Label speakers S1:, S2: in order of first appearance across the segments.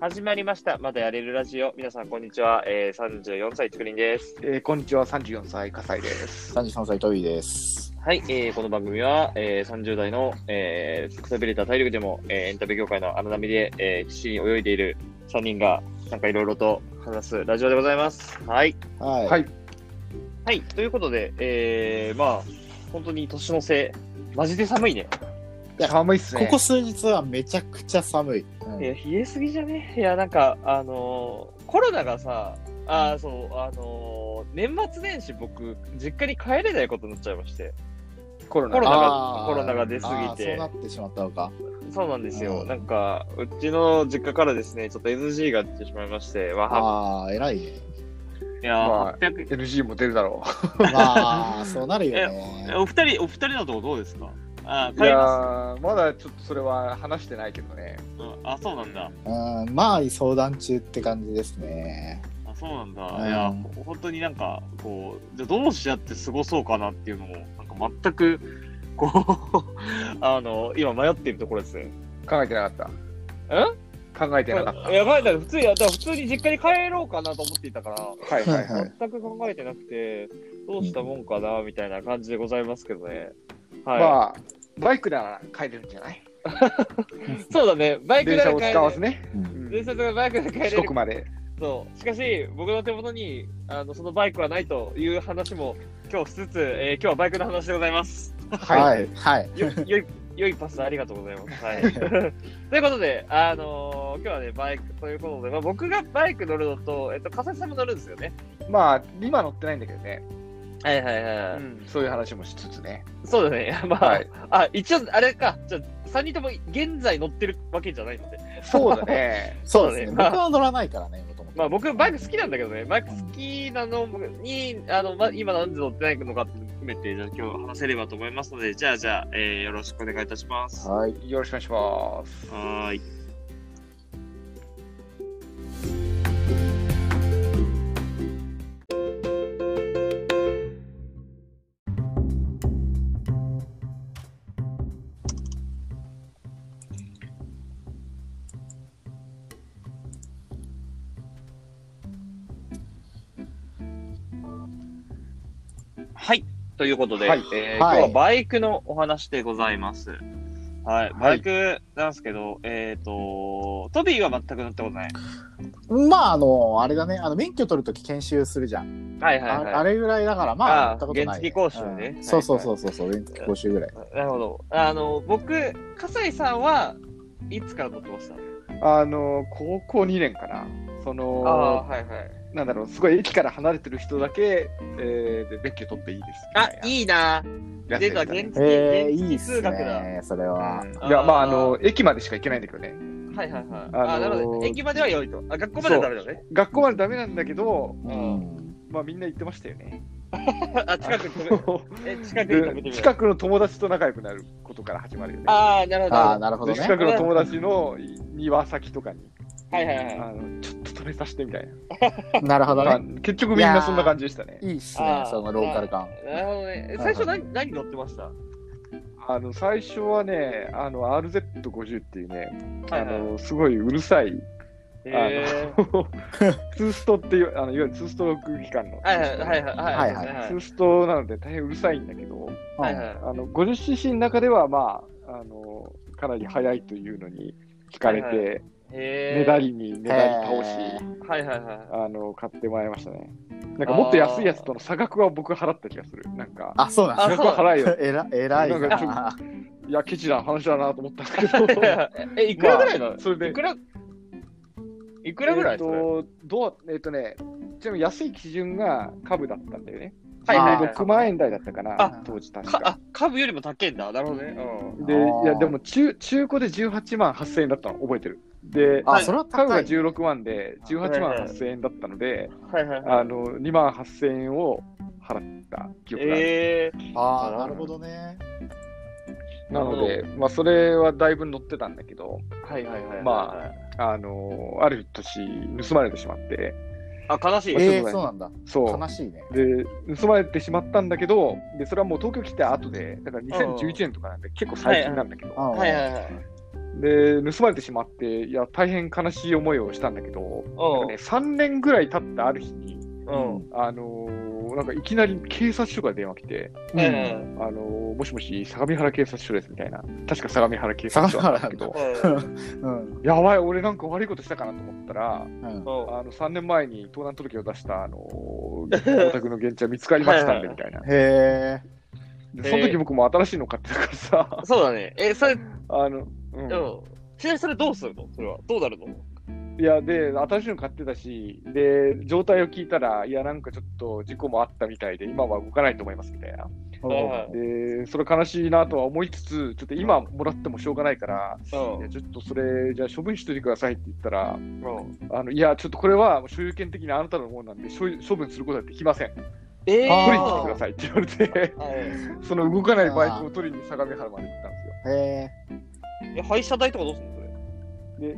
S1: 始まりました。まだやれるラジオ。皆さん、こんにちは。えー、34歳、つくりんです。
S2: えーこんにちは、34歳、笠井です。
S3: 33歳、トビーです。
S1: はい、えー、この番組は、えー、30代の、えー、くたびれた体力でも、えー、エンタメ業界の荒波で、えー、岸に泳いでいる3人が、なんかいろいろと話すラジオでございます。はい。
S3: はい。
S2: はい
S1: はい、ということで、えー、まあ、本当に年の瀬、マジで寒いね。
S3: や
S2: 寒いっす
S3: こ
S2: ね。
S3: こ数日はめちゃくちゃ寒い。うん
S1: いや、冷えすぎじゃねいや、なんか、あのーコロナがさ、あーそう、あのー年末年始僕、実家に帰れないことになっちゃいまして。
S2: コロナ
S1: コロナが
S3: あー
S1: コロナが出すぎて
S3: あーそうなってしまったのか。
S1: そうなんですよ。
S3: うん
S1: なんか、うちの実家からですね、ちょっと NG が出てしまいまして、わは、
S3: ああ、偉いね。
S1: いや
S2: まあ
S1: ー、800
S2: NG も出るだろ
S3: まあ、そうなるよね
S1: え。お二人、お二人のとこどうですかあー、
S2: う。い
S1: 帰り
S2: や
S1: ま
S2: ー、まだちょっとそれは話してないけどね。
S1: すうんあ、そうなんだ。
S3: うん、まあ、相談中って感じですね。
S1: あ、そうなんだ。
S3: うん
S1: いや、ほ本当になんか、こう、じゃあどうしやって過ごそうかなっていうのも、なんか全く、こう、 あの、今迷っているところですね。
S2: 考えてなかっ
S1: ん
S2: た。考えてなかっ
S1: いや、考えたら普通に、だから普通に実家に帰ろうかなと思っていたから、
S2: た。はいはい。
S3: はいはい
S1: 全く考えてなくて、どうしたもんかな、みたいな感じでございますけどね。はい。
S2: まあ、バイクなら帰れるんじゃない
S1: そうだね、バイク
S2: 電
S1: なら
S2: 車
S1: 帰
S2: を
S1: れ
S2: 使わずね。
S3: うん
S2: うん
S1: 電車とかバイクで帰れる
S2: 四国まで。
S1: そう。しかし、僕の手元に、あの、そのバイクはないという話も、今日しつつ、えー今日はバイクの話でござい ます。
S2: は。
S3: はいい。はい。
S1: よ、よい、良いパスありがとうございます。 はい。ということで、あのー今日はね、バイクということで、まあ、僕がバイク乗るのと、えっと、笠井さんも乗るんですよね。
S2: まあ、今乗ってないんだけどね。
S1: はいはいは
S2: うんそういう話もしつつね。
S1: そうだね。 まあ、
S2: はい
S1: あ、一応、あれか。じゃあ、3人とも現在乗ってるわけじゃないので。
S2: そうだね。
S3: そうです
S1: そう
S3: ね。
S1: だね
S3: 僕は乗らないからね、もともと。
S1: まあ、僕、バイク好きなんだけどね。バイク好きなのに、あの、ま、今なんで乗ってないのかって含めて、じゃあ今日話せればと思いますので、じゃあ、じゃあ、えーよろしくお願いいたします。は
S3: はい。
S2: よろしくお願いします。
S1: ーい。はい。ということで、
S2: はい
S1: えー
S3: はい
S1: 今日はバイクのお話でございます。はい、バイクなんですけど、えっ、と、トビーは全く乗ったことない。
S3: まあ、あの、あれだね。あの、免許取るとき研修するじゃん。
S1: はいは
S3: あ
S1: いはい。
S3: あれぐらいだから、まあ、
S1: あー
S3: 乗ったことない、
S1: 原付講習ね
S3: うんそうそうそうそうそう、原付講習ぐらい。
S1: なるほど。あの、僕、笠井さんはいつから乗ってました
S2: あの、高校2年かな。その、
S1: ーはいはい。
S2: なんだろう、すごい駅から離れてる人だけ、えー、で、別居取っていいです。
S1: あ、
S2: い
S1: いいな。
S2: やつ
S1: 出た、
S2: だ
S1: 原
S2: ね
S1: 付、
S3: えー、
S1: 原
S3: い
S1: 付
S3: いっ
S1: 数
S3: す
S1: 学だ。は
S3: ね。それは。
S2: うんいや、まあ、
S1: あ
S2: あ
S1: ー
S2: の、駅までしか行けないんだけどね。
S1: いはいはい。あ、
S2: あのー
S1: なるほどね。駅までは良いと。あ、学校まではダメだね。
S2: 学校までダメなんだけど、
S3: うん
S2: まあ、みんな行ってましたよね。
S1: あ、近くに止 め、え、近くに止めて
S2: で
S1: みる。
S2: 近くの友達と仲良くなることから始まるよね。
S1: ああ、なるほど。
S3: ああ、
S1: は
S3: なるほど
S2: で
S3: ね
S2: 近。くの友達の庭先とかに、
S1: いはいはい。
S2: あのちょっと止めさせてみたい
S3: なるほど
S2: な、
S3: ね。
S2: まあ結局みんなそんな感じでしたね。
S3: いいっす
S1: あ
S3: ね
S1: ー、
S3: そのローカル感。
S1: なるほどね。え最初何、何乗ってました
S2: あの最初はね、あの RZ50 っていうね、
S1: はいはい
S2: あのすごいうるさい、
S1: え
S2: あのツーストっていうあのいわゆるツーストローク機関の、
S1: ーはいはいはいはいはい
S3: はい
S1: はい
S2: ツーストなので大変うるさいんだけど、
S1: はいはい
S2: あの 50cc の中では、まあ、あのかなり速いというのに惹かれて、
S1: はいはへー
S2: ねだりにねだり倒し、
S1: はいはいはい
S2: あの買ってもらいましたね。なんかもっと安いやつとの差額は僕払った気がする。なんか、
S3: あ、そう
S1: あ
S3: なん
S2: 差
S3: です
S2: 額は払えよ
S3: か。。えら、えらいな。
S2: なんかいや、ケチな話だなと思ったんですけど
S1: え、 いくらぐらいなの、
S2: まあそれで
S1: いくら、いくらぐらい
S2: えっ
S1: それ
S2: と、どう、えっとね、ちなみに安い基準が株だったんだよね。
S1: はいはいはい。
S2: 6万円台だったか
S1: あ
S2: な、当時確
S1: か
S2: か。
S1: あ、株よりも高いんだ。なるほどね。うん。
S2: で、い
S3: あー
S2: や、でも中、中古で18万8000円だったの、覚えてる。で、
S3: あ、
S1: はい
S3: それは
S2: 株
S3: 高
S2: が
S3: い。
S2: 16万で、18万8000円だったので、
S1: はいはいはい。
S2: あの、2万8000円を払った記憶がある。
S1: えー、
S3: あーなるほどね。
S2: なので、まあ、それはだいぶ乗ってたんだけど、
S1: はいはいはいはい。
S2: まあのある年、盗まれてしまって、
S1: あ、あ、悲しい。
S3: え
S2: まあ
S3: ー、そうなんだ。
S2: そ
S3: 悲しいね。
S2: う。で、盗まれてしまったんだけど、で、それはもう東京来て後で、だから2011年とかなんで、結構最近なんだけど、
S3: あー
S1: はいはいはい。
S2: で、盗まれてしまって、いや、大変悲しい思いをしたんだけど、なんかね、3年ぐらい経ったある日に、
S1: うん。うん。
S2: あのーなんかいきなり警察署から電話来て、
S1: うん。うん。
S2: あのーもしもし、相模原警察署ですみたいな、確か相模原警察署だったんだけど、
S3: うん。
S2: やばい、俺なんか悪いことしたかなと思ったら、
S3: うん。
S2: あの3年前に盗難届を出した、あの ーお宅の現地は見つかりましたんでみたいな、
S3: へえ。
S2: でその時僕も新しいの買ってたからさ、
S1: そうだね。え、それ、うん。
S2: あの、うん
S1: ちなみにそれどうするのそれは。どうなるの
S2: いや、で、新しいの買ってたし、で、状態を聞いたら、いや、なんかちょっと事故もあったみたいで、今は動かないと思いますみたいな。
S1: はいはい
S2: で、それ悲しいなとは思いつつ、ちょっと今もらってもしょうがないから、いやちょっとそれ、じゃあ処分しといてくださいって言ったら、
S1: うん。
S2: あのいや、ちょっとこれは所有権的にあなたのものなんで、処処分することはできません。取
S1: え
S3: あー
S2: りに来てくださいって言われて、
S1: はい
S2: その動かないバイクを取りに相模原まで行ったんですよ。
S3: へ
S1: え、廃車代とかどうすんのそれ。
S2: で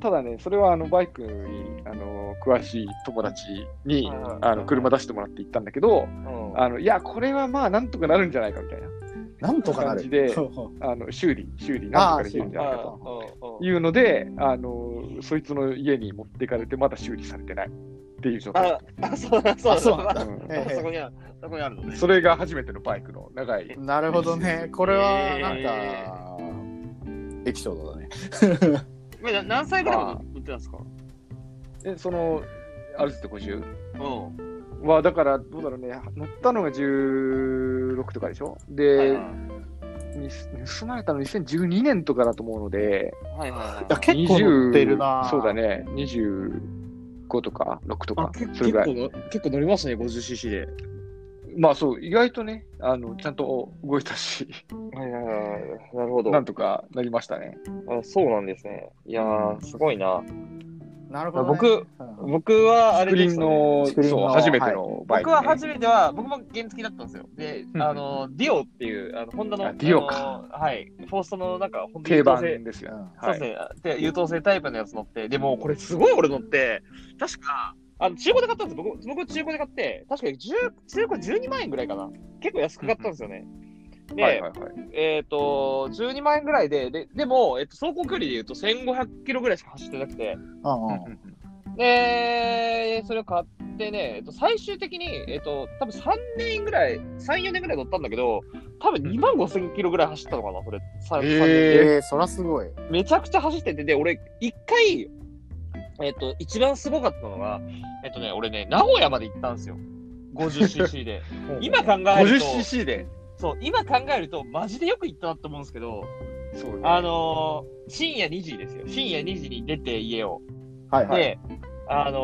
S2: ただね、それはあのバイクにあの詳しい友達に
S1: はいはい
S2: あの車出してもらって行ったんだけど、
S1: うん。
S2: あのいや、これはまあなんとかなるんじゃないかみたい
S3: え。なんとかな
S2: 感じ
S3: る。
S2: で
S3: そうそう
S2: な、あの修理、修理、なんとかできるんじゃないかと
S1: うん。
S2: いうので、あのそいつの家に持っていかれて、まだ修理されてないっていう状態
S1: あ、、あ、そうなんだ。
S3: あそうなん
S2: う
S3: だ
S2: ん
S3: へえ
S1: そこにある。そこにあるのね。
S2: それが初めてのバイクの長い。
S3: なるほどね。これは、なんか、エピソードだね。
S1: えな何歳ぐらいまで乗ってたんですか
S2: えそのアルスって50
S1: うん。
S2: は、だから、どうだろうね、乗ったのが16とかでしょで、
S1: はい
S2: に盗まれたの2012年とかだと思うので、
S1: はいはい
S3: や結構乗ってるな
S2: 20そうだね、25とか6とか、それ
S1: 結
S2: ぐら
S1: 構
S2: い。
S1: の、結構乗りますね、50cc で。
S2: まあそう、意外とね、あのちゃんと動いたし、
S1: はいはいはい。なるほど。
S2: なんとかなりましたね。
S1: あそうなんですね。いやー、すごいな。
S3: なるほど、ね。
S1: 僕、
S3: うん
S1: 僕はあ
S2: ス
S1: れ
S2: クリ
S1: で
S2: ー
S1: し
S2: ン
S1: たね。
S2: の、
S3: スクリーン
S2: そう、
S3: の
S2: 初めてのバイク、
S1: 僕
S2: ね
S1: は初めては、僕も原付だったんですよ。で、
S2: うん
S1: あの、ディオっていう、あの、ホンダの、
S2: あディオか
S1: あのはい、フォーストの、なんか、本当
S2: 定
S1: 優等
S2: 番
S1: 生、
S2: ですよ。
S3: う
S1: そう
S2: は
S1: です
S2: い、
S1: ね、で優等生タイプのやつ乗って、でも、これすごい俺乗って、確か、あの中古で買ったんですよ。僕、僕中古で買って、確かに10中古12万円ぐらいかな。結構安く買ったんですよね。で、
S2: はいはいはい。
S1: えっ、と、12万円ぐらいで、ででも、えっと、走行距離で言うと1500キロぐらいしか走ってなくて、
S3: んうん
S1: で、それを買ってね、えっと、最終的に、えっと、多分3年ぐらい、3、4年ぐらい乗ったんだけど、多分2万5千キロぐらい走ったのかな、それ。さ
S2: えー
S1: さんねん
S3: えー、そらすごい。
S1: めちゃくちゃ走ってて、で、俺、一回、えっと、一番すごかったのが、えっとね、俺ね、名古屋まで行ったんですよ。50cc で。今考えると、
S2: 50cc で。
S1: そう、今考えると、マジでよく行ったなって思うんですけど、
S2: そうね
S1: あのー深夜2時ですよ。深夜2時に出て家を。
S3: はいはい。
S1: で、あの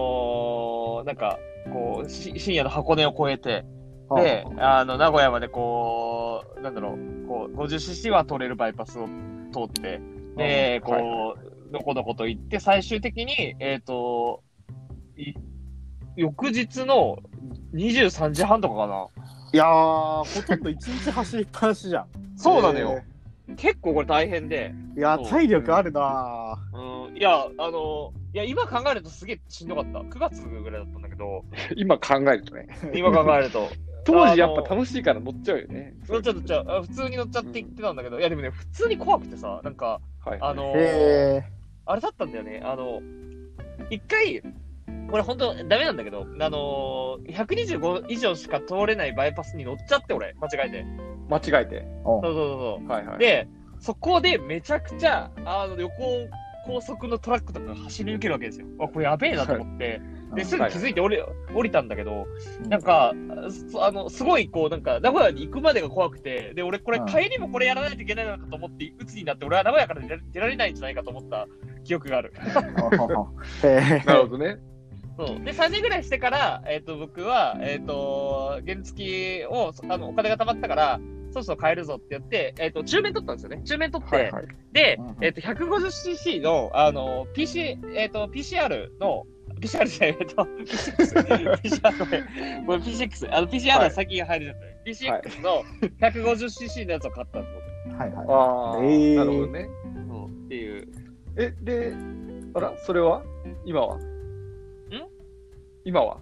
S1: ーなんか、こう、し深夜の箱根を越えて、
S3: はあ
S1: で、あの、名古屋までこう、なんだろう、こう、50cc は取れるバイパスを通って、で、
S2: はいはい
S1: こう、のこのこと行って、最終的に、えっ、と、い翌日の23時半とかかな。
S3: いやー、ほとんど一日走りっぱなしじゃん。
S1: そうなのよ。結構これ大変で、
S3: えー。いや
S1: そう
S3: ー、体力あるな
S1: うん、いや、あの、いや、今考えるとすげえしんどかった。9月ぐらいだったんだけど、
S2: 今考えるとね。
S1: 今考えると。
S2: 当時やっぱ楽しいから乗っちゃうよね。
S1: 乗っちゃう乗っちゃうあ普通に乗っちゃって行ってたんだけど、いやでもね、普通に怖くてさ、なんか、
S2: はい
S1: あの
S3: ー。へ
S1: あれだったんだよね、あの、一回、これ本当ダメなんだけど、あのー、125以上しか通れないバイパスに乗っちゃって、俺、間違えて。
S2: 間違えて。
S3: ー。
S1: そうそうそう
S2: はい
S1: そう。
S2: はい。
S1: で、そこでめちゃくちゃ、あの、旅行、高速のトラックとかが走り抜けるわけですよ。あ、これやべえなと思って、
S3: う
S1: で、
S3: ん
S1: すぐ気づいて降り降りたんだけど、
S3: うん
S1: なんか、そあの、すごい、こう、なんか、名古屋に行くまでが怖くて、で、俺、これ、
S3: うん
S1: 帰りもこれやらないといけないのかと思って、鬱になって、俺は名古屋から出ら出られないんじゃないかと思った記憶がある。
S3: へ
S2: なるほどね。
S1: そう。で、3年ぐらいしてから、えっ、と、僕は、えっ、と、原付を、そあの、お金が貯まったから、そろそろ買えるぞって言って、えっ、と、中面取ったんですよね。中面取って、
S2: はいはい。
S1: で、
S3: うんうん
S1: えっ、と、150cc の、あの、PC、えっ、と、PCR の、PCR じゃない、えっと、P6。PCR ごめん、これ P6。あの、PCR は先が入るじゃない。
S2: はい
S1: P6 の 150cc のやつを買ったんですよ。
S3: ーはいはい。
S2: ああ、
S3: えー
S2: なるほどね。
S1: そうっていう。
S2: え、で、あら、それは今はん今は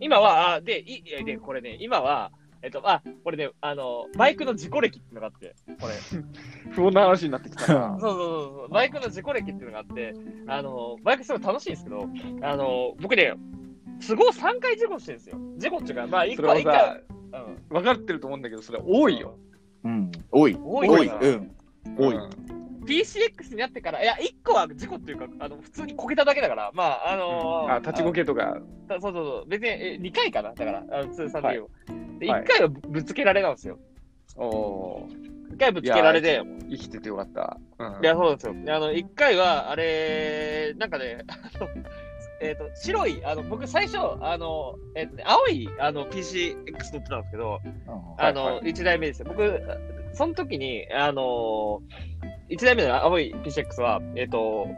S1: 今は、あで、い、いやで、これね、今は、えっと、あ、これね、あの、バイクの事故歴っていうのがあって、これ。そう
S2: 不穏な話になってきた な。
S1: そうそうそう、バイクの事故歴っていうのがあって、あの、バイクすごい楽しいんですけど、あの、僕ね、都合3回事故してるんですよ。事故っていうか、まあ、1
S2: それは
S1: 回、一回
S2: さ、、
S1: うん、
S2: 分かってると思うんだけど、それ多いよ。
S3: うん。
S4: 多い。
S1: 多
S4: 多
S1: い
S4: い。
S1: から
S4: うん。多い。
S2: うん
S1: PCX になってから、いや、1個は事故っていうか、あの普通にこけただけだから、まあ、あのー
S2: あ、立ちこけとか。
S1: あそうそうそう、別にえ2回かな、だから、あの通算で言う、で
S2: はい
S1: 1回はぶぶつけられなんですよ。
S2: おー
S1: 1回ぶつけられて、
S2: 生きててよかった。う
S1: い
S2: ん
S1: や、そうなんですよ。であの、一回は、あれ、なんかね、 あの、えっ、と、白い、あの、僕最初、あの、えっ、とね、青い、あの、PCX 乗ってたんですけど、
S3: う
S1: あ
S2: はい
S1: の、一台目ですよ。僕、その時に、あの、一台目の青い PCX は、えっ、と、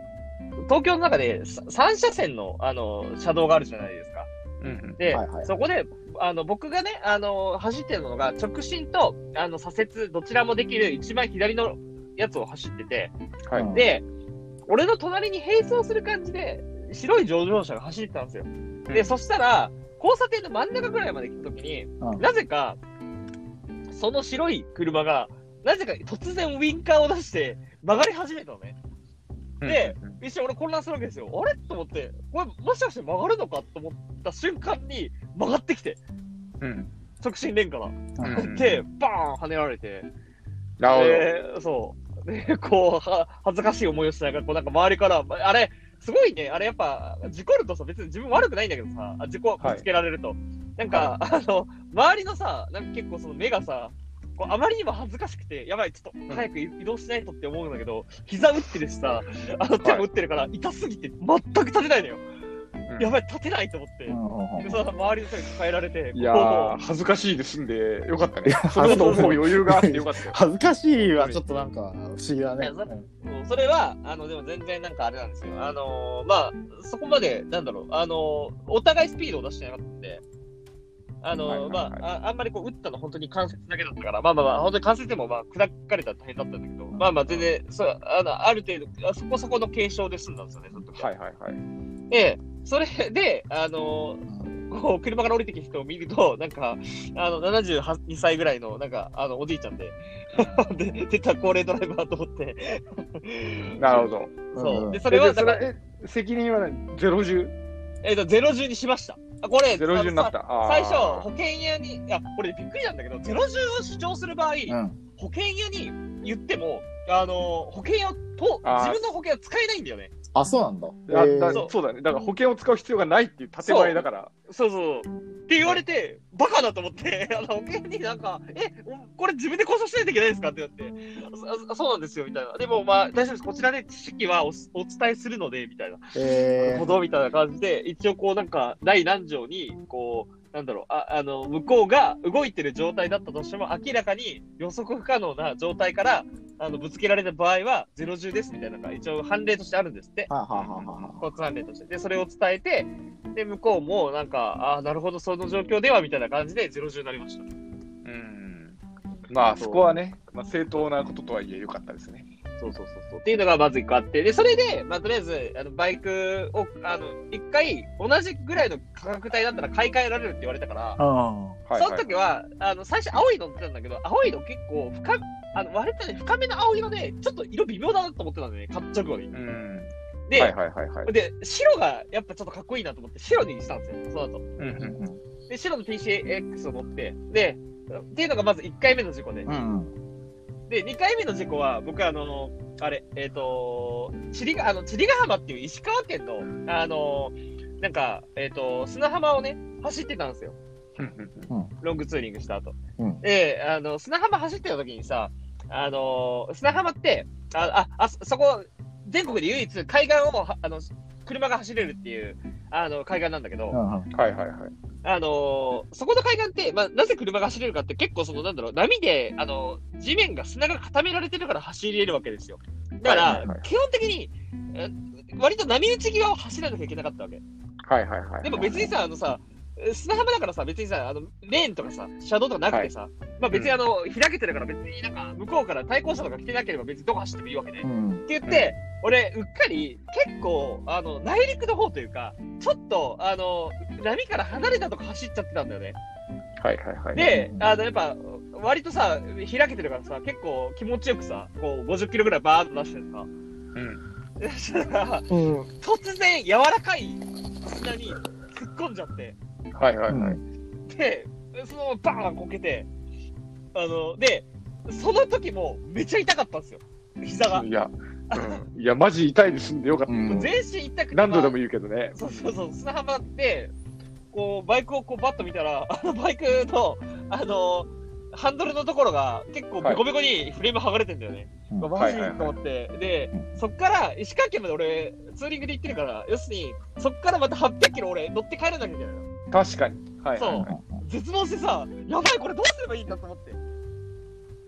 S1: 東京の中でさ三車線の、あの、車道があるじゃないですか。
S2: うん
S1: で、
S3: はいはい
S1: そこで、あの、僕がね、あの、走ってるのが、直進と、あの、左折、どちらもできる一番左のやつを走ってて、
S2: はい
S3: うん
S1: で、俺の隣に並走する感じで、白い乗用車が走ってたんですよ。
S2: う
S1: で、
S2: ん
S1: そしたら、交差点の真ん中ぐらいまで来たときに、
S3: うん
S1: なぜか、その白い車が、なぜか突然ウィンカーを出して曲がり始めたのね。
S2: うん
S1: で、一瞬俺混乱するわけですよ。あれと思って、これもしかして曲がるのかと思った瞬間に曲がってきて、
S2: うん
S1: 直進レーンから。
S2: うんうん
S1: で、バーン跳ねられて、
S2: なるほど。
S1: でそう。で、 こう、は恥ずかしい思いをしながら、こう、なんか周りから、まあれ、すごいね、あれやっぱ、事故るとさ、別に自分悪くないんだけどさ、あ事故
S2: はい
S1: ぶつけられると。なんか、あの、周りのさ、なんか結構その目がさ、こうあまりにも恥ずかしくて、やばい、ちょっと早く移移動しないとって思うんだけど、膝打ってるしさ、あの手も打ってるから、痛すぎて全く立てないのよ。
S2: うん
S1: やばい、立てないと思って。
S3: んうんうん
S1: でさ周りの人に抱えられて、
S2: いや
S1: こ
S2: ー、恥ずかしいですんで、よかったね。そ
S3: 恥
S2: れだ
S3: ず
S2: と思う余裕があってよかったよ。
S3: 恥ずかしいはちょっとなんか不思議だね。
S1: いやそうんそれは、あの、でも全然なんかあれなんですよ。あのーまあ、そこまで、なんだろう、あのーお互いスピードを出してなかったんで、あのー
S2: はいはいはい
S1: まああ、あんまりこう、打ったの本当に関節だけだったから、まあまあまあ、本当に関節でもまあ、砕かれたら大変だったんだけど、まあまあ、全然、そう、あの、ある程度、あそこそこの軽傷で済んだんですよね、その時は。
S2: はいはいはい。
S1: で、それで、あのーこう、車から降りてきた人を見ると、なんか、あの、72歳ぐらいの、なんか、あの、おじいちゃんで、 で、出た高齢ドライバーと思って、
S2: なるほど。
S1: そう。で、
S2: そ
S1: それは、だから、
S2: え、責任は何ゼロ十
S1: えっと、ゼロ十にしました。あ、これ、
S2: ゼロ十になった。
S1: あの
S2: あ
S1: さ最
S2: ー
S1: 初、保険屋に、いや、これびっくりなんだけど、ゼロ十を主張する場合、
S3: うん。
S1: 保険屋に言っても、あの、保険屋と、
S2: あー
S1: 自分の保険は使えないんだよね。
S3: あ、そうなんだ。
S2: あ
S3: え
S2: だ
S3: ー
S1: そう
S2: そうだね。だから保険を使う必要がないっていう建前だから。
S1: そうそう。って言われて、バカだと思って、 あの、保険になんか、え、おこれ自分で交渉しないといけないんですかって言われて、そそうなんですよ、みたいな。でも、まあ、大丈夫です。こちらで知識はおお伝えするので、みたいな。なる
S3: え
S1: ほどみたいな感じで、一応こうなんか、第何条に、こう、なんだろう、ああの、向こうが動いてる状態だったとしても、明らかに予測不可能な状態から、あの、ぶつけられた場合は、0十ですみたいなのが、一応判例としてあるんですって
S3: ー。。はあはあはあはあ
S1: 交通判例として。で、それを伝えて、で、向こうもなんか、ああー、なるほど、その状況では、みたいな感じで0十になりました。
S2: うん。まあそこはね、まあ正当なこととはいえよかったですね。
S1: そうそうそうそう。っていうのがまず一個あって、で、それで、まあ、とりあえず、あの、バイクを、あの、一回、同じぐらいの価格帯だったら買い替えられるって言われたから、
S3: うん。
S2: はい
S1: その時は、あの、最初青いの乗ってたんだけど、青いの結構深、あの、割とね、深めの青色で、ちょっと色微妙だなと思ってたんだよね、買っちゃうわけ
S2: い。うん。
S1: で、
S2: はいはいはいはい。
S1: で、白がやっぱちょっとかっこいいなと思って、白にしたんですよ、その後。
S2: うんうん
S1: で、白の PCX を乗って、で、っていうのがまず1回目の事故で
S3: う。ん。
S1: で、2回目の事故は、僕あの、あれ、えっ、と、千里ヶ、あの、千里ヶ浜っていう石川県の、あの、なんか、えっ、と、砂浜をね、走ってたんですよ。
S2: うんうん
S1: ロングツーリングした後。
S3: うん
S1: で、あの、砂浜走ってた時にさ、あの、砂浜って、あ、あ、あそそこ、全国で唯一海岸をは、あの、車が走れるっていう、あの、海岸なんだけど、
S3: うん。
S2: はいはいはい。
S1: あの、そこの海岸って、まあ、なぜ車が走れるかって結構その、なんだろう、波で、あの、地面が砂が固められてるから走れるわけですよ。だから、
S2: はいはいはい
S1: 基本的に、え割と波打ち際を走らなきゃいけなかったわけ。
S2: はいはいはい。
S1: でも別にさ、あのさ、砂浜だからさ、別にさ、あのレーンとかさ、車道とかなくてさ、まあ別にあの、開けてるから別になんか、向こうから対向車とか来てなければ別にどこ走ってもいいわけね。
S3: うん。
S1: って言って、俺、うっかり、結構、あの、内陸の方というか、ちょっと、あの、波から離れたとこ走っちゃってたんだよね。
S2: はいはいはい。
S1: で
S3: う、ん
S1: あの、やっぱ、割とさ、開けてるからさ、結構気持ちよくさ、こう、50キロぐらいバーッと出してるさ。でそしたら、
S2: うん。
S1: 突然柔らかい砂に突っ込んじゃって、
S2: はいはいはい。
S1: で、そのままバーンこけて、あの、で、その時もめちゃ痛かったんですよ。膝が。
S2: いや、うん、いや、マジ痛いですんでよかった。
S3: うん
S1: 全身痛くて。
S2: 何度でも言うけどね。
S1: そうそうそう、砂浜って、こう、バイクをこう、バッと見たら、あのバイクの、あの、ハンドルのところが結構ベコベコにフレーム剥がれてんだよね。
S3: うん
S1: まあ
S2: は
S1: マ
S2: い
S1: ジ
S2: はいはい
S1: と思って。で、そっから、石川県まで俺、ツーリングで行ってるから、要するに、そっからまた800キロ俺、乗って帰らなきゃいけないの。
S2: 確かに。はいはいはい。
S1: 絶望してさ、やばい、これどうすればいいんだと思って。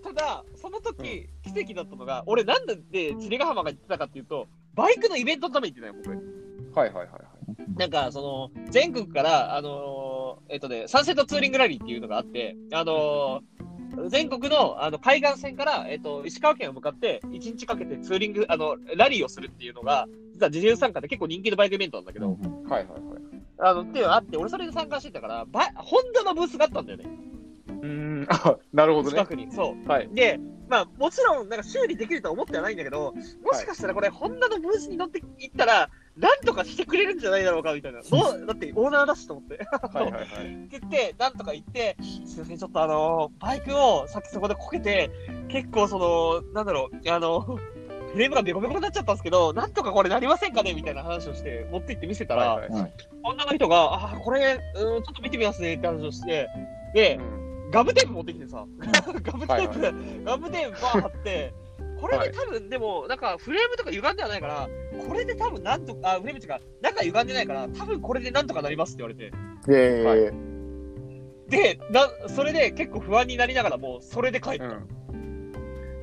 S1: ただ、その時、奇跡だったのが、俺なんで千里ヶ浜が行ってたかっていうと、バイクのイベントのために行ってたよ、僕。
S2: はいはいはいはい。
S1: なんか、その、全国から、あのーえっとね、サンセットツーリングラリーっていうのがあって、あのー全国のあの海岸線から、えっと、石川県を向かって、1日かけてツーリング、あの、ラリーをするっていうのが、実は自由参加で結構人気のバイクイベントなんだけど、
S2: はいはいはい。
S1: あの、っていうのがあって、俺それで参加してたから、バイホンダのブースがあったんだよね、
S2: うーん、あ、なるほどね
S1: 近。くに。そう。
S2: はい。
S1: で、まあ、もちろん、なんか修理できるとは思ってはないんだけど、もしかしたらこれ、ホンダのブースに乗っていったら、なんとかしてくれるんじゃないだろうか、みたいな。どう、だってオーナーだしと思って。
S2: はいはいはい。
S1: って言って、なんとか行って、すいません、ちょっとあのバイクをさっきそこでこけて、結構その、なんだろう、あのフレームがベコベコになっちゃったんですけど、なんとかこれなりませんかねみたいな話をして、持って行って見せたら、
S2: はいはい
S1: 女の人が、あー、これ、うん、ちょっと見てみますねって話をして、で
S2: う、ん
S1: ガムテープ持ってきてさ、ガムテープ、
S2: は
S1: ガムテープバー貼って、これで多分、でも、なんかフレームとか歪んではないから、これで多分なんとか、あ、フレームとか、中歪んでないから、多分これでなんとかなりますって言われて、
S3: え
S1: で、な、それで結構不安になりながらもう、それで帰っ
S2: う
S1: た。
S2: ん。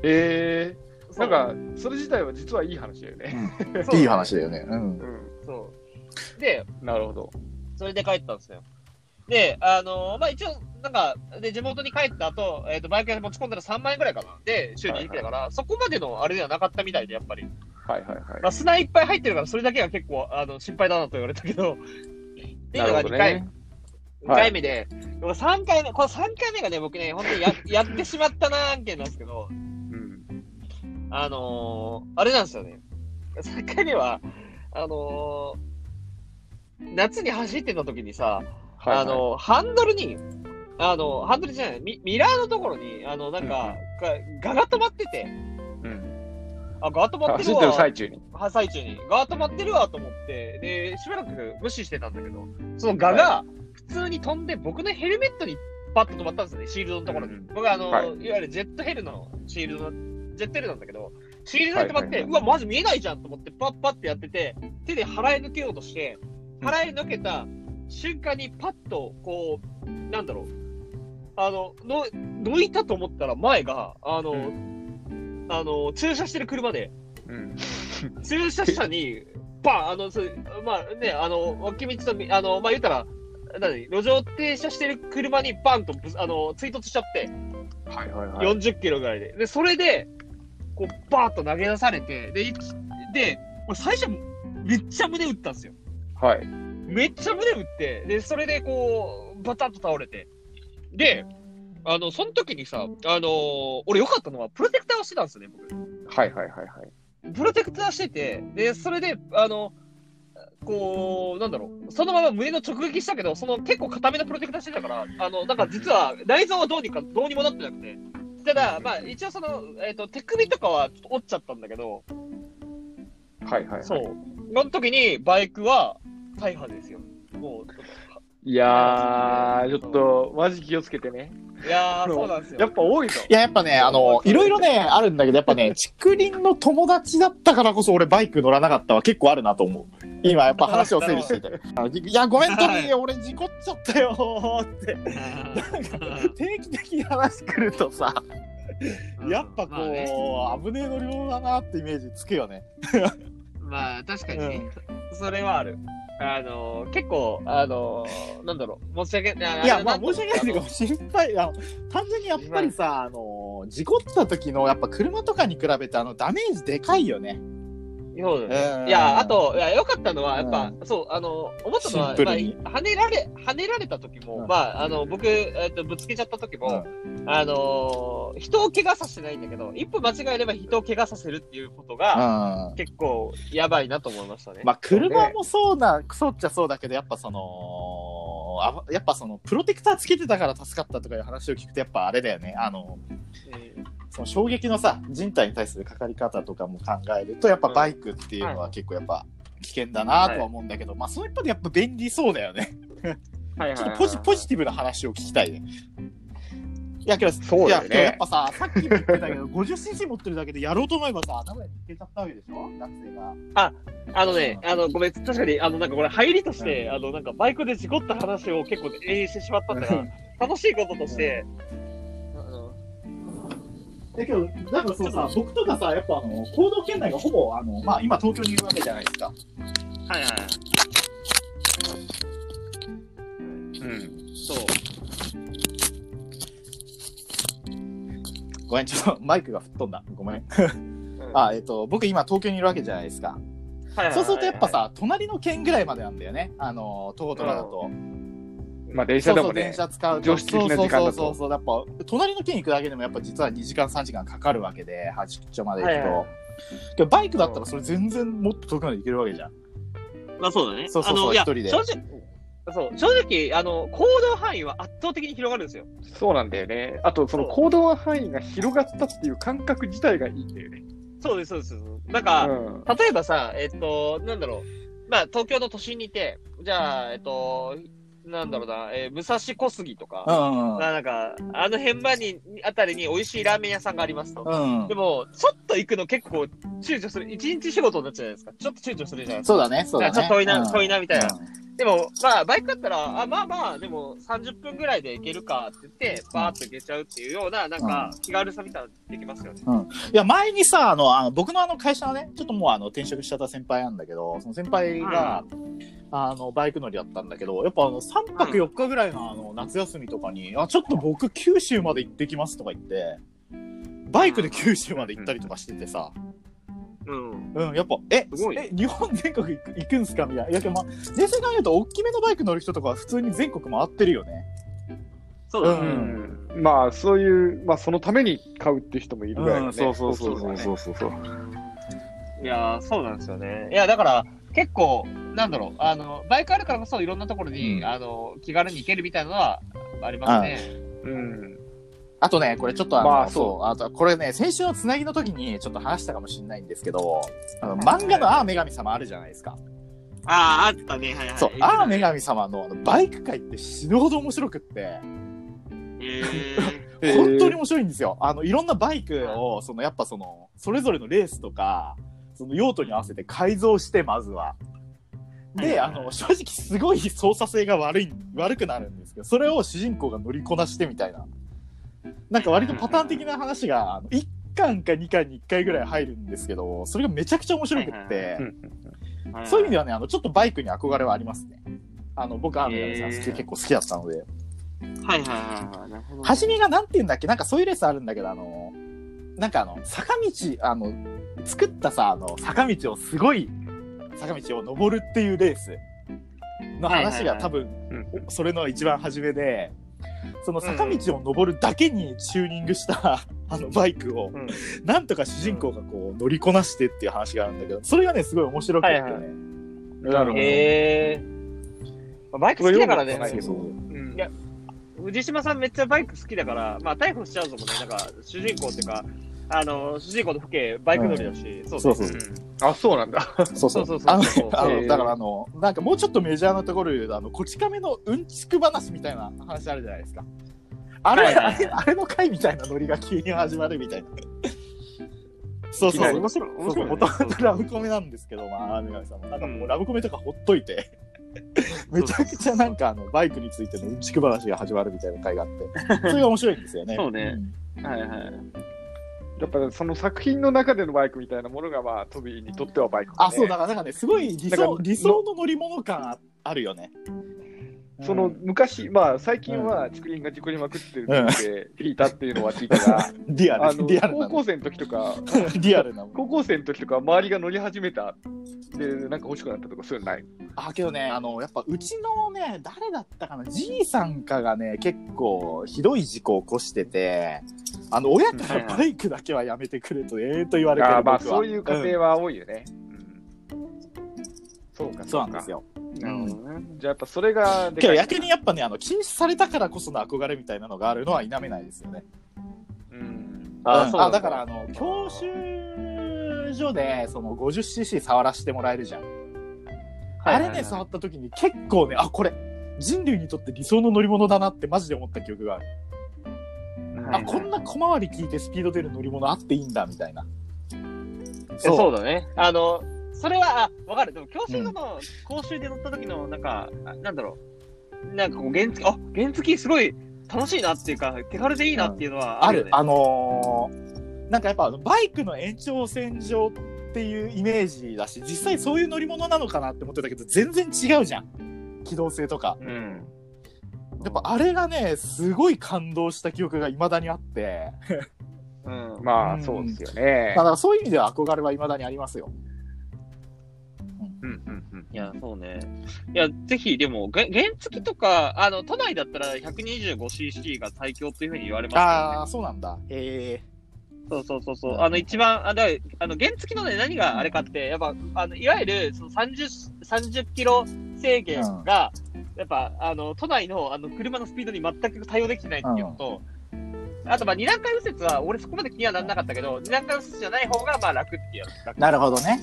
S2: えー、
S1: そう
S2: なんか、それ自体は実はいい話だよね。
S1: そう
S3: えいい話だよね。うん。
S2: うん。
S1: そう。で、
S2: なるほど。
S1: それで帰ったんですよ。で、あのまあ、一応、なんか、で、地元に帰った後、えっ、と、バイク屋に持ち込んだら3万円ぐらいかな。で、週に行ってたから、そこまでのあれではなかったみたいで、やっぱり。
S2: はいはいはい。
S1: まあ、砂いっぱい入ってるから、それだけは結構、あの、心配だなと言われたけ ど。っていうのが2回、
S2: ね。
S1: 二回目で、でも3回目、この3回目がね、僕ね、本当にや やってしまったな案件なんですけど、
S2: うん。
S1: あのー、あれなんですよね。3回目は、あのー、夏に走ってた時にさ、
S2: はいはい
S1: あ、の、ハンドルに、あの、ハンドルじゃない、ミミラーのところに、あの、なんか、がガが止まってて、
S2: うん。
S1: あ、ガが止まって
S2: 走
S1: る
S2: ってる
S1: わ、
S2: 最中に。
S1: は最中に、ガが止まってるわと思って、で、しばらく無視してたんだけど、そのガが普通に飛んで、僕のヘルメットにパッと止まったんですよね、シールドのところに。
S2: うん
S1: 僕はあの、
S2: はい
S1: い、わゆるジェットヘルのシールドの、ジェットヘルなんだけど、シールドに止まって、
S2: はいはいはいう
S1: わ、まず見えないじゃんと思って、パッパってやってて、手で払い抜けようとして、払い抜けた瞬間にパッと、こう、なんだろう、あの、の、抜いたと思ったら前が、あの、
S2: う
S1: あの、駐車してる車で、
S2: うん。
S1: 駐車車に、バーンあの、そうまあね、あの、脇道とみ、あの、まあ言ったら、何路上停車してる車にバンとぶつあの追突しちゃって、
S2: はいはいはい。
S1: 40キロぐらいで。で、それで、こう、バーッと投げ出されて、で、いで、俺最初、めっちゃ胸打ったんですよ。
S2: はい。
S1: めっちゃ胸打って、で、それでこう、バタッと倒れて。で、あの、その時にさ、あの俺良かったのは、プロテクターをしてたんですよね、僕。
S2: はいはいはいはい。
S1: プロテクターしてて、で、それで、あの、こう、なんだろう、そのまま胸の直撃したけど、その結構固めのプロテクターしてたから、あの、なんか実は内臓はどうにか、どうにもなってなくて、ただ、まあ一応その、えっ、と、手首とかはちょっと折っちゃったんだけど、
S2: はいはい。
S1: そう。その時にバイクは大破ですよ。もう、
S2: いやー、ちょっと、マジ気をつけてね。
S1: いやー、そうなんです
S2: や
S1: よ
S2: っ。ぱ多いの。
S3: いや、やっぱね、あ の、いろいろね、あるんだけど、やっぱ ね、竹林の友達だったからこそ俺バイク乗らなかったは結構あるなと思う。今やっぱ話を整理して て。あいや、ごめん、トミー、俺事故っちゃったよーって。定期的に話来るとさ、やっぱこう、
S1: まあね
S3: 危ねえ乗り物だなってイメージつくよね。
S1: まあ確かにね、それはある。あの結構、あのなんだろう、申し訳ない。
S3: いや、
S1: れ
S3: まあ
S1: んだろう
S3: 申し訳ないけど、心配あの単純にやっぱりさ、あの、事故った時のやっぱ車とかに比べてあのダメージでかいよね。
S1: うそうだね。
S3: うん
S1: いや、あと、いや、良かったのは、やっぱ、そう、あの、思ったの
S3: シ
S1: は、
S3: ンプ
S1: まあ、
S3: ルに
S1: 跳ねられ、跳ねられた時も、
S3: うん
S1: まあ、あの、僕、えっと、ぶつけちゃった時も、あのー人を怪我させないんだけど、一歩間違えれば人を怪我させるっていうことが、
S3: ま
S1: 結構、やばいなと思いましたね。
S3: あ車もそうなクソっちゃそうだけどやっぱそのあやっぱそのプロテクターつけてたから助かったとかいう話を聞くとやっぱあれだよねあの
S1: うん
S3: その衝撃のさ人体に対するかかり方とかも考えるとやっぱバイクっていうのは結構やっぱ危険だなとは思うんだけど、まあその一方でやっぱ便利そうだよね
S2: はいはい
S3: ちょ
S2: は
S3: っ
S2: いは
S3: と
S2: い
S3: ポジポジティブな話を聞きたいねいやけど
S2: そうだよね
S3: いややっぱささっきも言ってたけど 50cc 持ってるだけでやろうと思えばさ名古屋に行けちゃったわけでしょ学生が。
S1: あのね、あの、ごめん、確かに、あの、なんかこれ、入りとして、
S3: うん
S1: あの、なんか、バイクで事故った話を結構永遠してしまったんだから、楽しいこととして、あの
S3: だけど、なんかそうさ、僕とかさ、やっぱあの、行動圏内がほぼ、あの、まあ今東京にいるわけじゃないですか。
S1: はいはいはい。
S2: うん。
S1: そう。
S3: ごめん、ちょっと マイクが吹っ飛んだ。ごめん。
S1: うん
S3: あ、えっ、と、僕今東京にいるわけじゃないですか。
S1: はいはいはいはい
S3: そうするとやっぱ、さ、隣の県ぐらいまでなんだよね。あの、東都だと。
S2: まあ電車
S3: そう
S2: で
S3: そ
S2: も
S3: う、電
S2: ね。
S3: 車使うと。
S2: 常識的な時間だと
S3: そうそうそうそう。やっぱ、隣の県行くだけでもやっぱ実は2時間3時間かかるわけで、八丁まで行くと。
S1: はいはい
S3: けどバイクだったらそれ全然もっと遠くまで行けるわけじゃん。
S1: まあそうだね。
S3: そうそうそう
S1: あのいや
S3: 一人で
S1: 正直、そう、正直、あの、行動範囲は圧倒的に広がるんですよ。
S2: そうなんだよね。あと、その行動範囲が広がったっていう感覚自体がいいんだよね。
S1: そうです、そうです。なんか、
S2: うん。
S1: 例えばさ、えっと、なんだろう。まあ、東京の都心にいて、じゃあ、えっと、なんだろうな、えー武蔵小杉と
S3: う
S1: か、
S3: んうんうん。
S1: まあなんか、あの辺までに、あたりに美味しいラーメン屋さんがありますと。
S3: うん
S1: でも、ちょっと行くの結構躊躇する。一日仕事になっちゃうじゃないですか。ちょっと躊躇するじゃないですか。
S3: そうだね、そうだね。
S1: じゃあちょっと遠いな、
S3: うん
S1: 遠いな、みたいな。
S3: うん
S1: でも、まあ、バイクだったら、あ、まあまあ、でも、30分ぐらいで行けるかって言って、バーッと行けちゃうっていうような、なんか、気軽さみたいなのできますよね。
S3: いや、前にさ、あの、あの僕のあの会社のね、ちょっともうあの転職しちゃった先輩なんだけど、その先輩が、あの、バイク乗りだったんだけど、やっぱあの、3泊4日ぐらいのあの、夏休みとかに、あ、ちょっと僕九州まで行ってきますとか言って、バイクで九州まで行ったりとかしててさ、
S1: うん。
S3: うん、やっぱ、え、
S1: すごい
S3: え、日本全国行く行くんすかみたいな。いや、けどまあ、冷静に考えると、大きめのバイク乗る人とかは普通に全国回ってるよね。
S1: そうだ
S2: う
S1: ね。
S2: ん。まあ、そういう、まあ、そのために買うって人もいるぐらいのね。
S3: うそうそう。
S1: いやー、そうなんですよね。いや、だから、結構、なんだろう、あの、バイクあるからこそ、いろんなところに、
S3: うん
S1: あの、気軽に行けるみたいなのは、ありますね。
S2: うん。
S3: あとね、これちょっとあの、
S2: まあ
S3: そう
S2: そ
S3: あと、これね、先週のつなぎの時にちょっと話したかもしれないんですけど、あの、漫画のああ女神様あるじゃないですか。
S1: ああ、あったね、はいは
S3: そう、ああ女神様のあのバイク界って死ぬほど面白くって、
S2: へー
S3: 本当に面白いんですよ。あの、いろんなバイクを、その、やっぱその、それぞれのレースとか、その用途に合わせて改造して、まずは。で、あの、正直すごい操作性が悪い、悪くなるんですけど、それを主人公が乗りこなしてみたいな。なんか割とパターン的な話が、あの1巻か2巻に1回ぐらい入るんですけど、それがめちゃくちゃ面白くっ
S1: はい
S3: て
S2: う、ん
S3: そういう意味で
S1: は、
S3: はね、あの、ちょっとバイクに憧れはありますね。あの、僕、アーメさん
S1: へー
S3: 結構好きだったので。
S1: はいはいはいはい。なるほどね
S3: 初めがなんて言うんだっけなんかそういうレースあるんだけど、あの、なんかあの、坂道、あの、作ったさ、あの、坂道をすごい、坂道を登るっていうレースの話が多分、
S2: うん
S3: それの一番初めで、その坂道を登るだけにチューニングした、あのバイクを、
S2: うん
S3: なんとか主人公がこう乗りこなしてっていう話があるんだけど、それがね、すごい面白くてね。
S1: はいはい
S2: なるほど。
S1: へえ。バイク好きだからね。
S2: そういうのも
S3: そう
S2: うん
S1: いや藤島さんめっちゃバイク好きだから、まあ逮捕しちゃうぞもね、なんか主人公っていうか、あの、主人公の父兄、バイク乗りだし、そう
S3: そ
S1: そうう
S3: そう
S2: あ、そうなんだ。
S3: そうそう
S1: そうそう
S3: あの
S1: そう
S3: あ
S2: え
S3: の
S2: ー
S3: だからあのなんかもうちょっとメジャーなところで言うとあのこち亀のうんちく話みたいな話あるじゃないですかあれ,、
S1: はいはいはい
S3: あれあれの回みたいなノリが急に始まるみたいなそう
S2: いき
S3: そ
S2: なり
S3: うも
S1: 面白い、面
S3: と
S1: 白いね、
S3: もとラブコメなんですけどまあ女神さんもなんかもうラブコメとかほっといてめちゃくちゃなんかあのバイクについてのうんちく話が始まるみたいな回があってそれが面白いんですよね
S1: そうね
S3: ん
S1: はいはい。
S2: やっぱその作品の中でのバイクみたいなものが、まあ、トビーにとってはバイク、ね。
S3: あそうだからなんかねすごい理
S2: なん
S3: 想
S2: か
S3: 理想の乗り物感ああるよね、
S2: その昔、まあ最近は竹林が事故りまくってるって聞いたっていうのは聞いたが、
S3: リア
S2: あ
S3: ル、
S2: の
S3: リアル
S2: 高
S3: な。
S2: 校生の時とか、
S3: リアルな。
S2: 高校生の時とか周りが乗り始めたでなんか欲しくなったとかそういうのない。
S3: あ、けどね、あの、やっぱうちのね、誰だったかな、じいさんかがね、結構ひどい事故を起こしてて、あの、親か
S2: はいは
S3: らバイクだけはやめてくれと、ええと言われて
S2: あ
S3: る
S2: ーまあ
S3: 僕は
S2: そういう家
S3: ん
S2: 庭は多いよね。そうか
S3: そうなんです。よ。
S2: なるほどね。じゃあやっぱそれがで
S3: け
S2: か
S3: ど
S2: い。
S3: 逆にやっぱね、あの、禁止されたからこその憧れみたいなのがあるのは否めないですよね。
S2: うん。
S1: あ
S3: う
S1: ー
S3: ん
S1: そうなん
S3: だからあの教習所でその 50cc 触らせてもらえるじゃん、
S1: はいはいはい
S3: あれね触った時に結構ねあこれ人類にとって理想の乗り物だなってマジで思った記憶がある、
S1: はいはい
S3: あこんな小回り効いてスピード出る乗り物あっていいんだみたいな
S1: えそう
S3: う
S1: だね。あの、それは、あ、わかる。でも、教習所の講習で乗った時の、なんか、あなんだろう。なんかこう、原付、あ、原付すごい楽しいなっていうか、手軽でいいなっていうのは
S3: あ
S1: あ
S3: る
S1: る
S3: あ
S1: よね。
S3: のーなんかやっぱあのバイクの延長線上っていうイメージだし実際そういう乗り物なのかなって思ってたけど全然違うじゃん機動性とか
S1: うん。
S3: やっぱあれがねすごい感動した記憶がいまだにあって
S1: うん。
S2: まあそうですよね
S3: まあだ。からそういう意味では憧れはいまだにありますよ。
S2: うんうんうん。
S1: いや、そうね。いや、ぜひ、でも、げ原付とか、あの、都内だったら 125cc が最強というふうに言われますから
S3: ああ、そうなんだ。え
S1: そうそうそうそう。あの、一番、あだからあの原付のね、何があれかって、やっぱ、あのいわゆるその 30, 30キロ制限が、やっぱ、あの、都内のあの車のスピードに全く対応できてないっていうのと、あと、まあ、二段階右折は、俺そこまで気にはならなかったけど、二段階右折じゃない方が、まあ、楽っていうやつ。楽
S3: ー、なるほどね。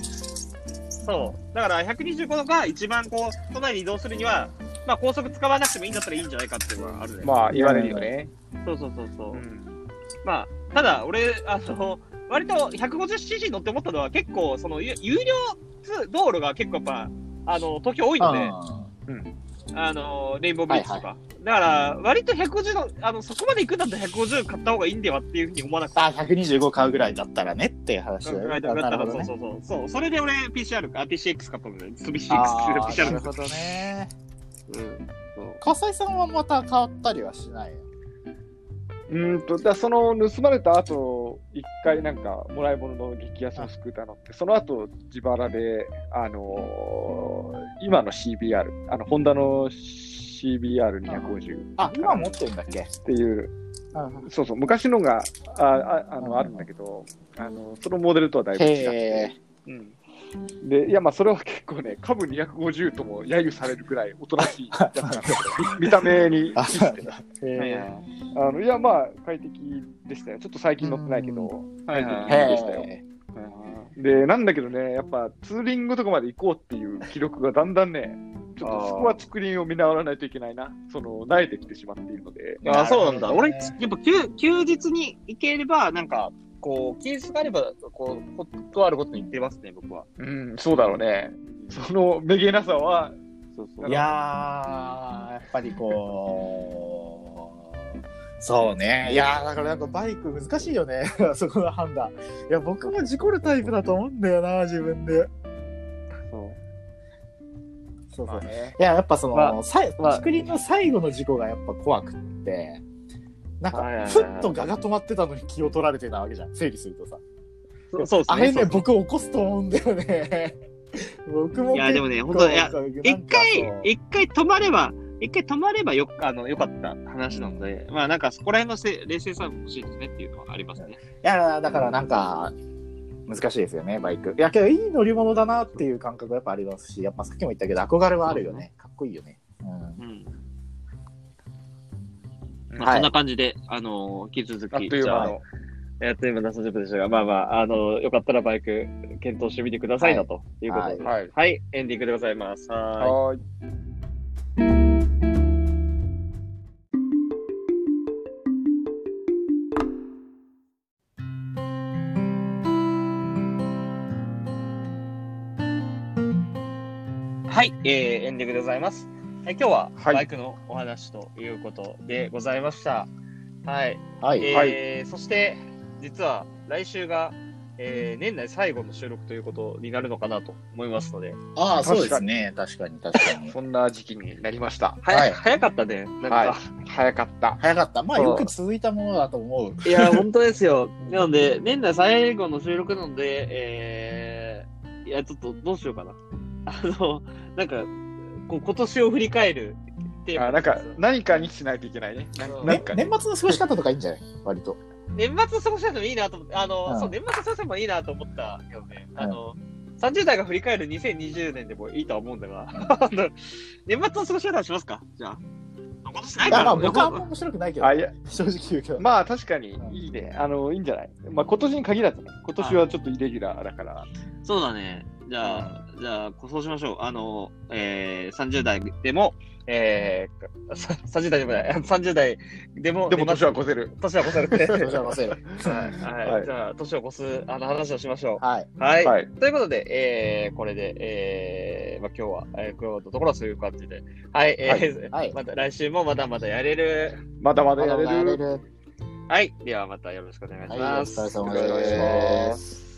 S1: そう。だから、125が一番、こう、都内に移動するには、まあ、高速使わなくてもいいんだったらいいんじゃないかっていうのはあるね。
S2: まあ言われるよね。
S1: そうそうそうそう。
S2: うん
S1: まあ、ただ、俺、あの、割と 150cc 乗って思ったのは、結構、その、ゆ有料通道路が結構やっぱ、あの、東京多いので、あの、レインボービーチとか。だから、割と150の、あの、そこまで行くんだったら150買った方がいいんではっていうふうに思わなくて。
S3: あ125買うぐらいだったらねっていう話だよね。
S1: 考えた
S3: な
S1: か
S3: る
S1: った
S3: ほど
S1: ら、
S3: ね
S1: そう。そうそう。そう、それで俺 PCR か、あ PCX 買ったので、ね、PCX
S3: あー
S1: PCR
S3: なる
S1: の。
S3: ほどね。
S1: うん。そう
S3: 笠井さんはまた変わったりはしない。
S2: うんと、だからその盗まれた後、一回なんか、もらい物の激安のスクーター乗って、その後、自腹で、あのー今の CBR、あの、ホンダの CBR250
S3: あ、今持ってるんだっけ
S2: っていう、そうそう、昔のが、あ、ああの、あるんだけど、あの、そのモデルとはだいぶ違って。
S3: へえ。
S1: うん。
S2: で、いや、まあ、それは結構ね、株250とも揶揄されるくらいおとなしいやつなんだけど見た目に
S3: あ、そうなんだ。
S1: はい
S3: へ
S1: は
S2: あの、いや、まあ、快適でしたよ。ちょっと最近乗ってないけど、
S1: いはい
S3: え。
S1: はい。
S2: でしたよ
S3: へ
S2: で、なんだけどね、やっぱツーリングとかまで行こうっていう記録がだんだんね、ちょっとそこは竹林を見習わないといけないな、その、慣れてきてしまっているので、
S1: ああ、そうなんだ。
S3: なるほど
S1: 俺、
S3: ね
S1: やっぱ休休日に行ければ、なんか、こう、休日があれば、こう、ことあることに行ってますね、僕は。
S2: うん、そうだろうね。その、めげなさは、
S1: そうそ
S3: えいやー、やっぱりこう。そうね。いやー、だからなんかバイク難しいよね。 そこの判断。いや、僕も事故るタイプだと思うんだよな、自分で。そうそう。
S2: ね。
S3: いや、やっぱその、
S1: ま
S3: さい
S1: まあ
S3: スクリーンの最後の事故がやっぱ怖くって、なん
S1: はいはいは
S3: か、
S1: い
S3: ふっとガが止まってたのに気を取られてたわけじゃん、整理するとさ。
S1: うそうですね。
S3: あれ
S1: そう
S3: ね、
S1: そう
S3: 僕起こすと思うんだよね。 僕も結構。
S1: いやでもね本当いや
S3: なんか
S1: 一回
S3: そう、
S1: 一回止まれば、一回止まればよ、あの、よかった話なので、まあなんかそこら辺のせ冷静さも欲しいですねっていうのはありますね。
S3: いや、だからなんか、難しいですよね、バイク。いや、けどいい乗り物だなっていう感覚がやっぱありますし、やっぱさっきも言ったけど、憧れはあるよね。かっこいいよね。うん。
S1: うん。
S2: うん
S1: まあそんな感じで、あの、引き続き、
S2: あっという間の。
S1: じゃああっという間の30分でしたが、まあまあ、あの、よかったらバイク検討してみてくださいな、
S3: はい
S1: ということで。はい、
S2: はい。
S1: エンディングでございます。はーい。
S2: はい。
S1: はい、えーエンディングでございます。え今日は
S2: はい
S1: バイクのお話ということでございました。はい。
S3: はい。
S1: えー
S2: はい
S1: そして、実は来週がえー年内最後の収録ということになるのかなと思いますので、
S3: ああ、そうですね。確かに、確か に。
S2: そんな時期になりました。
S1: は
S3: はい
S1: 早かったね、なんか。
S2: はい早かった。
S3: 早かった。まあ、
S2: そう
S3: よく続いたものだと思う。
S1: い、や、本当ですよ。なので、年内最後の収録なので、えー、いや、ちょっとどうしようかな。あの、なんか、こう今年を振り返るテーマ
S2: あなんか何かにしないといけないね。な
S1: そう
S2: な
S3: ね
S2: んかね
S3: 年末の過ごし方とかいいんじゃない割と。
S1: 年末過ごし方もいいなと思って、あの、
S3: うん
S1: そう、年末過ごしてもいいなと思ったけどね、あの、30代が振り返る2020年でもいいとは思うんだが、 あの年末の過ごし方をしますかじゃあ。今年ないいか
S3: や、ま
S1: ら
S3: あ、僕はあんま面白くないけど
S2: あいや、
S3: 正直言うけど。
S2: まあ確かにいいね。あの、いいんじゃないまあ今年に限らずね。今年はちょっとイレギュラーだから。
S1: そうだね。じゃあ、じゃあ、こうそうしましょう。あの、えー、30代でも、えー、さ30代でもない、30代 でも、
S2: でも年は越せる。
S1: 年は越され て。
S3: 年は越せる
S1: はい、
S2: はい
S1: じゃあ、年を越す、あの話をしましょ
S3: はい。
S1: う。はい。
S2: はい。
S1: ということで、えー、これで、えー、まあ、今日は、えー、今日のところはそういう感じで。はい、えー
S3: はいはい
S1: また来週もまだまだやれる。
S2: まだまだ
S3: ま
S2: や
S3: だまだや
S2: れ
S3: れ
S2: る。
S3: る。
S1: はい。ではまたよろしくお願いし
S3: はい、お
S1: ます。
S3: 疲れ様
S2: お願いし
S3: で。
S2: ます